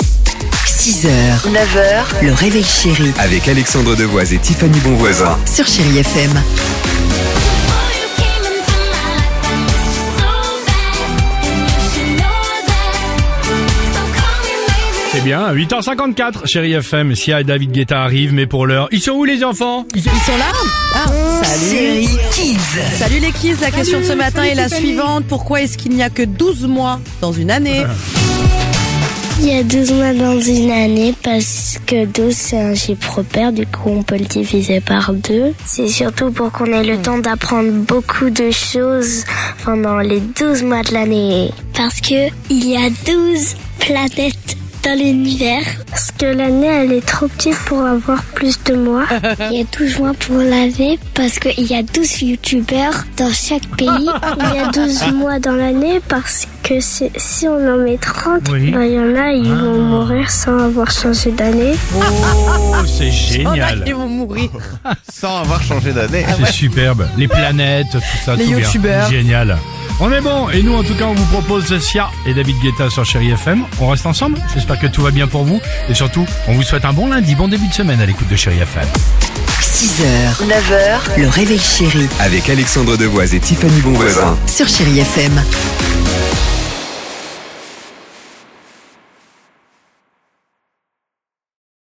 6h, 9h, le réveil chéri Avec Alexandre Devoise et Tiffany Bonvoisin. sur Chérie FM. Eh bien, à 8h54, chérie FM, Sia et David Guetta arrivent, mais pour l'heure, ils sont où les enfants Ils- Ils sont là ah, Salut Chérie Kids. Salut les kids, la question de ce matin est la suivante. Pourquoi est-ce qu'il n'y a que 12 mois dans une année Il y a 12 mois dans une année parce que 12 c'est un chiffre pair, du coup on peut le diviser par deux. C'est surtout pour qu'on ait le temps d'apprendre beaucoup de choses pendant les 12 mois de l'année. Parce que il y a 12 planètes dans l'univers. Parce que l'année elle est trop petite pour avoir plus de mois. Il y a 12 mois pour l'année parce qu'il y a 12 youtubeurs dans chaque pays. Il y a 12 mois dans l'année parce que c'est- si on en met 30, Oui. bah, il y en a, ils vont mourir sans avoir changé d'année. Oh, c'est Oh là, génial ils vont mourir. sans avoir changé d'année. C'est superbe. Les planètes, tout ça, Les tout bien. youtubeurs. Génial. On est bon. Et nous, en tout cas, on vous propose Sia et David Guetta sur Chéri FM. On reste ensemble. J'espère que tout va bien pour vous. Et surtout, on vous souhaite un bon lundi, bon début de semaine à l'écoute de Chéri FM. 6h, 9h, le réveil chéri Avec Alexandre Devoise et Tiffany Bonvoisin. sur Chérie FM.